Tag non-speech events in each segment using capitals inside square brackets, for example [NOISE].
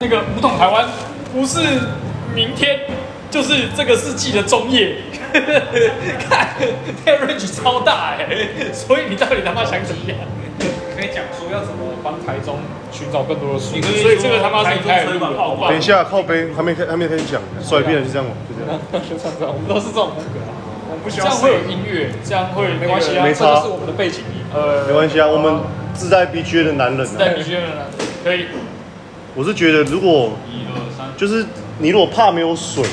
那个武统台湾不是明天，就是这个世纪的中叶。 [LAUGHS] 看，那个 range 超大哎、所以你到底他妈想怎么样？可以讲说要怎么帮台中寻找更多的数你据，可以说所以这个他妈是台你中开的吹路满炮了。罐等一下靠背还没开还没开始讲，甩遍了就这样嘛，就这样。就唱这样，我们都是这种风格啊、我们不需要这这样样会会有有音乐，这样会没关系啊，没这差就是我们的背景音。呃，没关系啊，我们自带 B G 的男人自带啊。 B G M 了，可以。我是觉得，如果一二三，就是你如果怕没有水，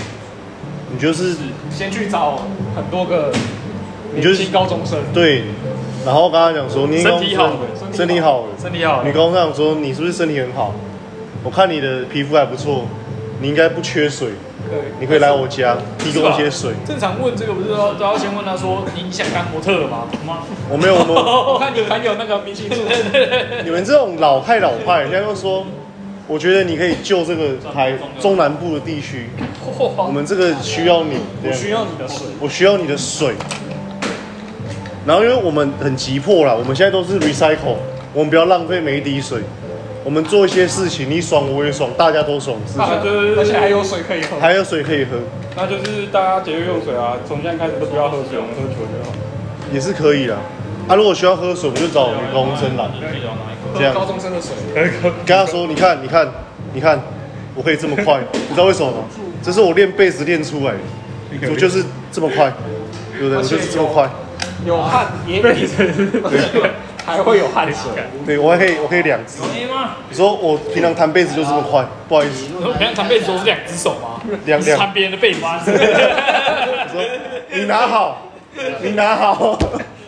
你就是先去找很多个你就是年轻高中生，对，然后跟他讲说你身体好的，身体好的，身体好的。你啊跟我讲说你是不是身体很好？我看你的皮肤还不错，你应该不缺水，对，你可以来我家提供一些水。正常问这个不是都都要先问他说你想当模特吗？我没有，我们我看你很有那个明星素质。 [LAUGHS] 你们这种老派老派，现在都说，我觉得你可以救这个台中南部的地区，我哇，们这个需要你，我需要你的水。我需要你的水。然后因为我们很急迫啦，我们现在都是 recycle，我们不要浪费每一滴水，我们做一些事情，你爽我也爽，大家都爽的事情，啊，对对对，而且还有水可以喝。还有水可以喝那就是大家节约用水啊，从现在开始都不要喝水，我们喝酒就好。也是可以啦。啊，如果需要喝水，我们就找女高中生来，这样哎高中生的水，跟他说，你看，你看，你看，我可以这么快，你知道为什么吗？这是我练贝斯练出来的。我就是这么快，对不对？我就是这么快，有汗也有水，还会有汗水。对我还可以，我可以两只。你说我平常弹贝斯就这么快，不好意思，我平常弹贝斯都是两只手吗？两你是两。弹别人的贝斯。我说你拿好，你拿好， [LAUGHS]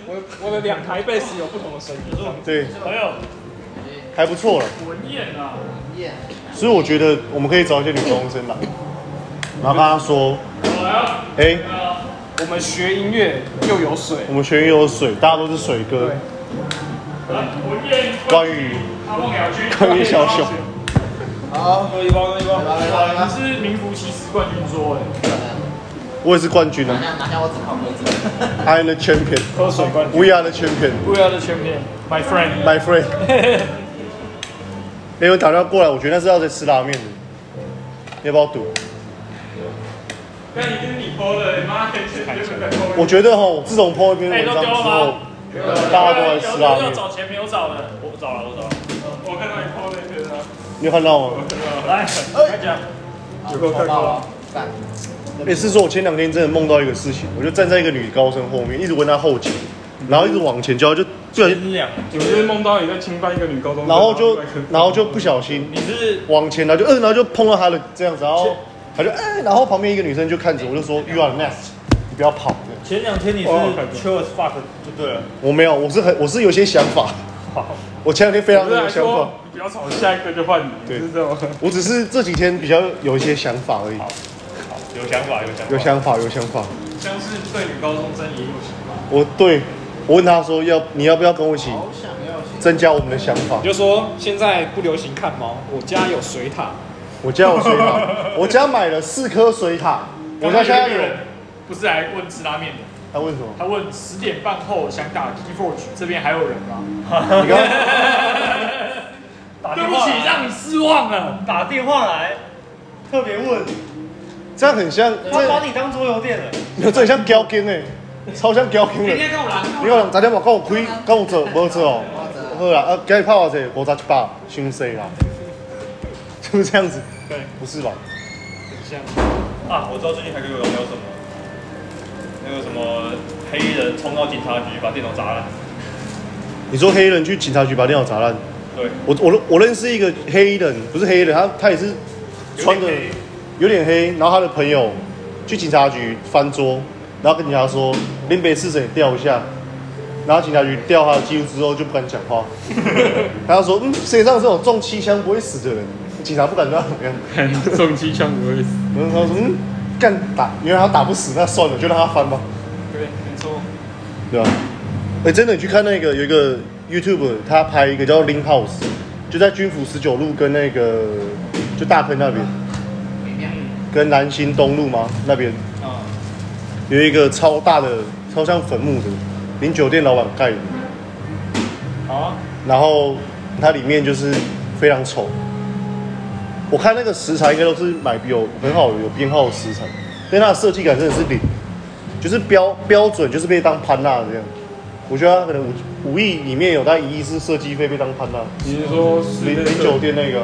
我我的两台贝斯有不同的声音。对，朋友，还不错了。文彦啊，所以我觉得我们可以找一些女高中生来，然后跟她说，哎、我们学音乐又有水，我们学院有水，大家都是水哥，文彦关于阿梦鸟居，关于小熊，喝一包，喝一包。你是名副其实冠军说哎，我也是冠军啊拿拿下我整套盒子， ，I'm the champion，喝水冠军， we are the champion。不要的全面，My friend， My friend，没有打电话过来，我觉得那是要在吃拉面的，你要不要赌？那你跟你播的，妈的，我觉得哈，自从 PO 一篇哎文都章之丢了后吗，大家都在啊吃拉面，找前没有找的，我找了，我找了，我看到你播那个啊，你有看到吗？来，开讲，有够看到了，干，也是说，我前两天真的梦到一个事情，我就站在一个女高生后面，一直闻她后颈，然后一直往前叫，就不小心，两，你不是梦到你在侵犯一个女高中生，然后就在坑然后就不小心你是往前，然后就嗯，然后就碰到她的这样子，然后她就哎、然后旁边一个女生就看着我，就说 You are next，你不要跑。这样前两天你是哦看过 chill as fuck 就对了，我没有，我是很我是有些想法，我前两天非我常不是有还想法说。你不要吵，下一个就 [LAUGHS] 换你，对是这种。我只是这几天比较有一些想法而已，有想法有想法，有想法有想法。像是对女高中生也有侵犯，我对我问他说要你要不要跟我一起好想要去增加我们的想法你？就说现在不流行看猫，我家有水獭，我家有水 [LAUGHS] 塔，我家买了四颗水塔，我家现在有。，不是来问吃拉面的，他问什么？他问十点半后想打 Keyforge 这边还有人吗？你刚刚 [LAUGHS] 对不起，让你失望了。打电话来，特别问，这样很 [LAUGHS] 像，他把这你当桌游店了，这很像交金哎，超像交金的。啊你有人昨天嘛跟我开，跟我做，无做哦。好啦，啊，今日拍偌济，五十一百，伤细啦， [LAUGHS] 就是这样子。对，不是吧？啊，我知道最近还可以有聊什么，那个什么黑衣人冲到警察局把电脑砸烂，你说黑人去警察局把电脑砸烂，对，我我我认识一个黑人，不是黑人，他他也是穿的有点黑，然后他的朋友去警察局翻桌，然后跟警察说林北市长调一下，然后警察局调他的记录之后就不敢讲话，然后他说嗯，世界上这种中七枪不会死的人，警察不敢对他怎么样，中七枪不会死。然后他说嗯，干打，因为他打不死，那算了，就让他翻吧，对，没错。对吧、哎、真的，你去看那个有一个 YouTube，他拍一个叫 Lin House，就在军府十九路跟那个就大坑那边。里面，跟南新东路吗？那边有一个超大的、超像坟墓的，零酒店老板盖的。好啊，然后它里面就是非常丑，我看那个食材应该都是买有很好有编号的食材，但它的设计感真的是零，就是标标准就是被当潘娜这样。我觉得它可能五五亿里面有大概一亿是设计费被当潘娜，你是说室内零设零酒店那个，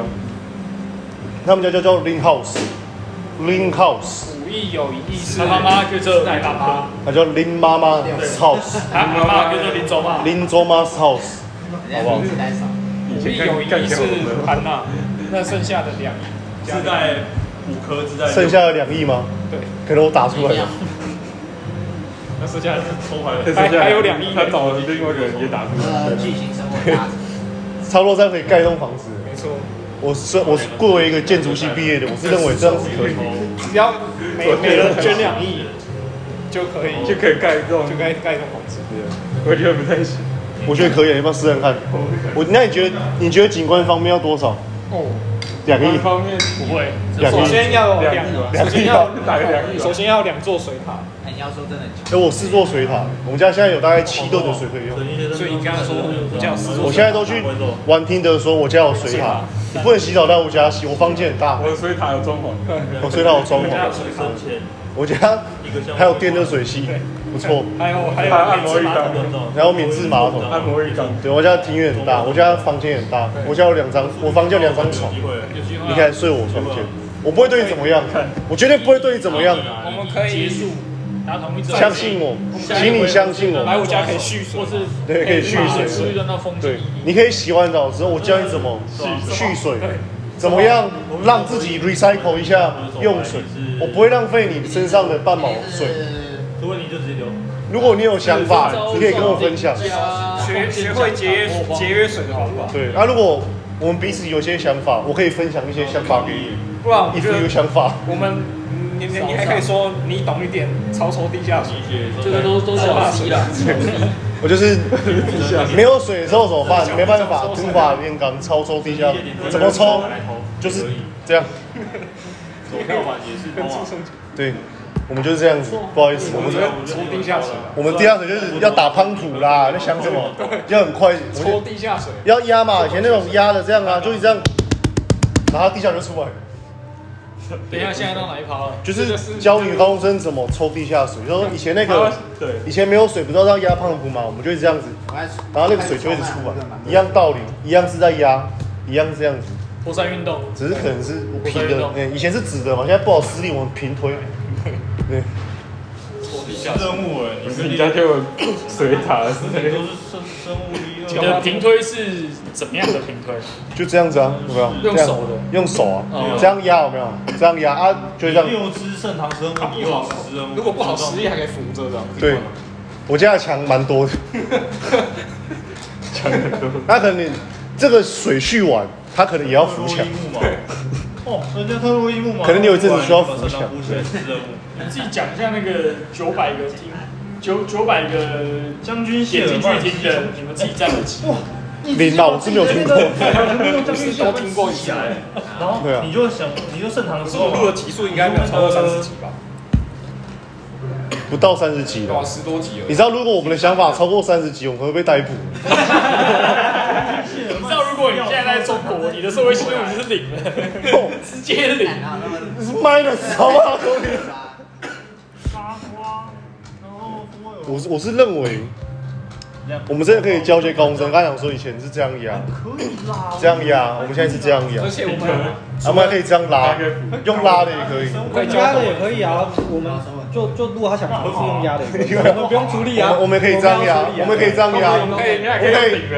他们家叫叫 Lin House，Lin House，五亿有一亿是他妈妈就这奶爸妈，它叫 Lin 妈妈 House，他妈妈就这林总嘛。林周妈 House。人家名字太少，五亿有一亿是盘纳，那剩下的两亿自带五颗，自带六剩下的两亿吗？对，可能我打出来没有了。，那剩下的抽牌但了。是现在还有两亿他找了另外一个人也打出来，呃，巨型生活大差不多这样可以盖一栋房子。没错，我是我是作为一个建筑系毕业的，我是认为这样是可以。以。只要每每人捐两亿就可以，就就可以盖这种。就该盖一栋房子。我觉得不太行。我觉得可以，要不要试试看？我那你觉得你觉得景观方面要多少？哦，两一亿？方面，不会，两亿啊首先要有两亿，首先要两亿吧打个两亿吧首先要两座水塔，哎，你要说真的很哎，我是做水塔，我们家现在有大概七吨的水可以用。所以你刚刚说我家有四座我现在都去玩听的说，我家有水塔，你不能洗澡在我家洗，我房间很大，我的水塔有装潢，我水塔有装潢，水深浅，我家还有电热水器，不错。还有还还有有按摩一浴缸，然后免治马桶按摩浴缸，对我家庭院很大，我家房间也很大，我家有两张，我房间有两张床。有句话你看睡我房间，我不会对你怎么样，我绝对不会对你怎么样，我们可以拿同一种相信我，请你相信来我。我家可以蓄水，或是对可以蓄水吃一顿到风景对，你可以洗完澡之后，我教你怎么蓄水，怎么样让自己 recycle 一下用水，我不会浪费你身上的半毛水。如果你就直接留，如果你有想法，你可以跟我分享。学学会节约节约水的方法，对，啊那如果我们彼此有些想法，我可以分享一些想法给你。不啊然我一觉直有得想法，我们你你你还可以说你懂一点超抽地下水，这个都是垃圾啦。我就是 [LAUGHS] 没有水的时候怎么办？没办法，土法炼钢，超抽地 [LAUGHS] 下，怎么抽就是这样。左票版也是通往对，我们就是这样子，不好意思，我我们觉得抽地下水，我们第二个就是要打夯土啦，在想什么？要很快，我抽就地下水，要压嘛，以前那种压的这样啊，就是这样，然后地下就出来了。等一下现在到哪一趴了？就是教女高中生怎么抽地下水，就是说以前那个对，以前没有水，不知道要压胖虎嘛，我们就是这样子，然后那个水就一直出来，一样道理，一样是在压，一样是这样子。火山运动，只是可能是我平我在运的，动嗯，以前是直的嘛，现在不好施力，我们平推。对，生物哎，你你家就有水塔之类的都。是生生物一你的平推是怎么样的平推？就这样子啊，有没有？用这样手的用手啊哦，这样压有没有？这样压啊，就这样。六只盛唐生物，你好十生物，如果不好实力还可以扶着的，对，我家的墙蛮多的，墙很多，那可能你这个水蓄完，它可能也要扶墙。嘛。哦，人家特洛伊木嘛，哦可能你有一阵子需要扶墙不是十人物，你自己讲一下那个九百个厅，九九百个将军写进蟹去厅的，你们自己站得 [LAUGHS] 起？你老子没有听过，不是都听过一哎次？然后对啊你就想，你就盛唐的时候我嘛，录的集数应该没有超过三十集吧？不到三十集哇，了。啊十多集了。你知道，如果我们的想法超过三十集，我们会被逮捕。你知道，如果你现在在中国，你的社会信用值是零的，哦直接零。然后那么是 minus 好不好？撒花，然后忽悠我是我是认为，我们真的可以教一些高中生。刚才讲说以前是这样压，可以啦，这样压，我们现在是这样压而，且我你可能们我们还可以这样拉还可以，用拉的也可以。生物快教压的也我，可以啊，我们就就如果他想尝试用压的，也可以我我们不用出力啊，我们可以这样压，我们可以这样压，我们可以，你还可以用顶的，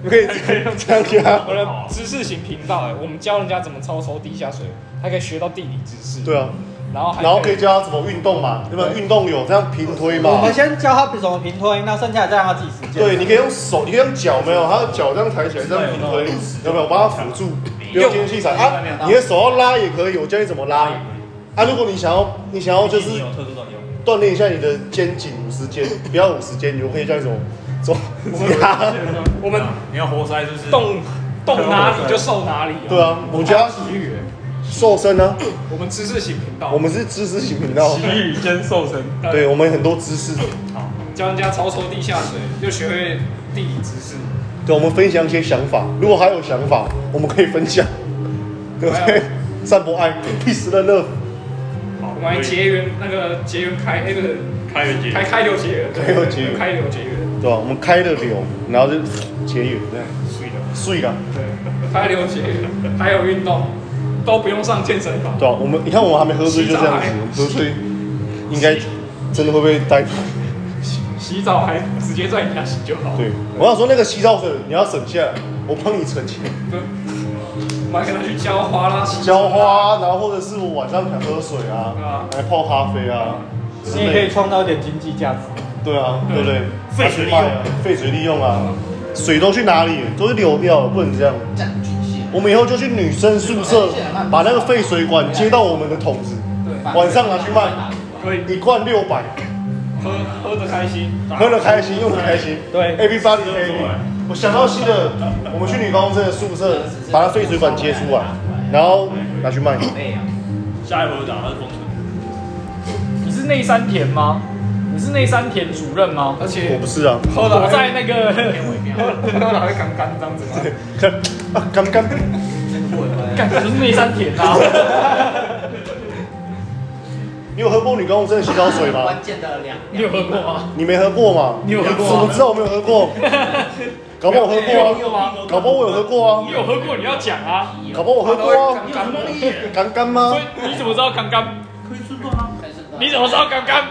我们可以这样压我。的知识型频道，哎，我们教人家怎么操守地下水，还可以学到地理知识。对，啊，然后还然后可以教他怎么运动嘛，对吧？运动有这样平推我嘛们。先教他怎么平推，那剩下再让他自己实践。对，你可以用手，你可以用脚，没有，他的脚这样抬起来，这样平推，有没有？我帮他辅助，不用监视器材啊。你的手要拉也可以，我教你怎么拉。啊，如果你想要，你想要就你是有特殊专用。锻炼一下你的肩颈五十肩，不要五十肩，你就可以叫你怎么走压。我们你要活塞是不是？动动哪里就受哪里。 [LAUGHS] 对，啊，我教他体育，瘦身啊，我们知识型频道，我们是知识型频道，体育兼瘦身。对我们很多知识。教人家操守地下水，又学会地理知识。对，我们分享一些想法。如果还有想法，我们可以分享，对不还有对？散播爱，peace and love，好，我们来结缘那个结缘开那个开源节开开流结缘，开流结缘开流结缘，对吧？我们开了流，然后就结缘这样，水的，碎了，对，开流结缘，还有运动都不用上健身房，对吧？我们你看我们还没喝醉就这样子，我们喝醉应该真的会被带跑。洗澡还直接在你家洗就好。对，我想说那个洗澡水你要省下来，我帮你存钱，对，我们还可能去浇花啦，洗浇花，然后或者是我晚上想喝水啊啊，来泡咖啡啊，之你也可类以的创造一点经济价值。对啊，对不对？废水利用拿去卖啊，废水利用啊，水都去哪里？都是流掉了，不能这样。占据性。我们以后就去女生宿舍，把那个废水管接到我们的桶子，对，晚上拿去卖，可以一罐六百，喝喝的开心，喝了开心，用的开心。对，everybody happy。我想到新的，我们去女高中生的宿舍，把那废水管接出来，然后拿去卖。累啊，下一回我打算封存，你是内山田吗？你是内山田主任吗？而我且不是啊， [LAUGHS] 喝了在那个，喝了还会干干这样子吗？看啊，刚刚干，你就是内山田 [LAUGHS] 啊！你有喝过女高中生的洗澡水吗关？键的两，你有喝过吗？你没喝过吗？你有喝过啊怎么知道我没有喝过？搞不好我喝你有喝过过吗？啊，搞不好我有喝过啊你，有喝过，你要讲啊！搞不好我喝过啊，干干刚刚所吗？以你怎么知道刚刚？可以吃断啊吗？可以吃断你怎么知道刚刚？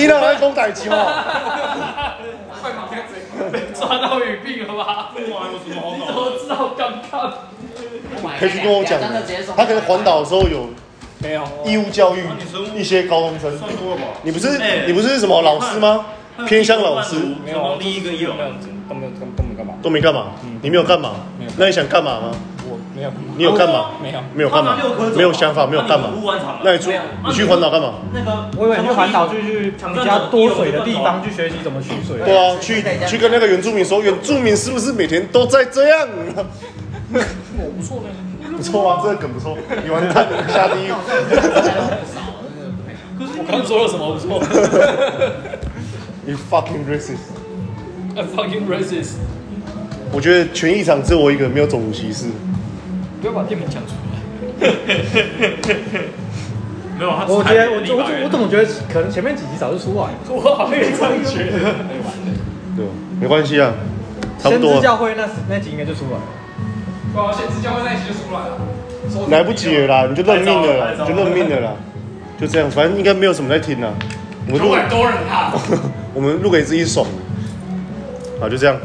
伊朗来攻打击嘛，快跑！被抓到语病了吧？你哇，有什么怎好搞的？么知道刚刚？可以去跟我讲两张就直接，送他可能环岛的时候有没有，义务教育一些高中生。算多了吧？你不是你不是什么老师吗？偏乡老师没有，第一个有没有，都没有，都没有干嘛？都没干嘛，你没有干嘛没有？那你想干嘛吗？我没有干嘛，你有干嘛？没有。没有干嘛？啊没有想法，没有干嘛？那你出你去环岛干嘛？那个我以为你去环岛就去比较多水的地方去学习怎么蓄水。对啊，去去跟那个原住民说，原住民是不是每天都在这样？我不错呢，不错啊，这个梗不错，你完蛋了，下地狱。我刚说了什么不错 You fucking racist！ ？I'm fucking racist！ [LAUGHS] 我觉得全一场只有我一个没有种族歧视。不要把店名讲出来。没有，他我觉得我我我我怎么觉得可能前面几集早就出来了，我好像也这样觉得。对，没关系啊，差不先多知啊教会那那集应该就出来了。哇，啊现在教会那一集就出来了。来不及了啦，你就认命了啦太，糟了就认命了啦，就这样，反正应该没有什么在听啦。我们九录百多人啊！我们录给自己爽的。好，就这样，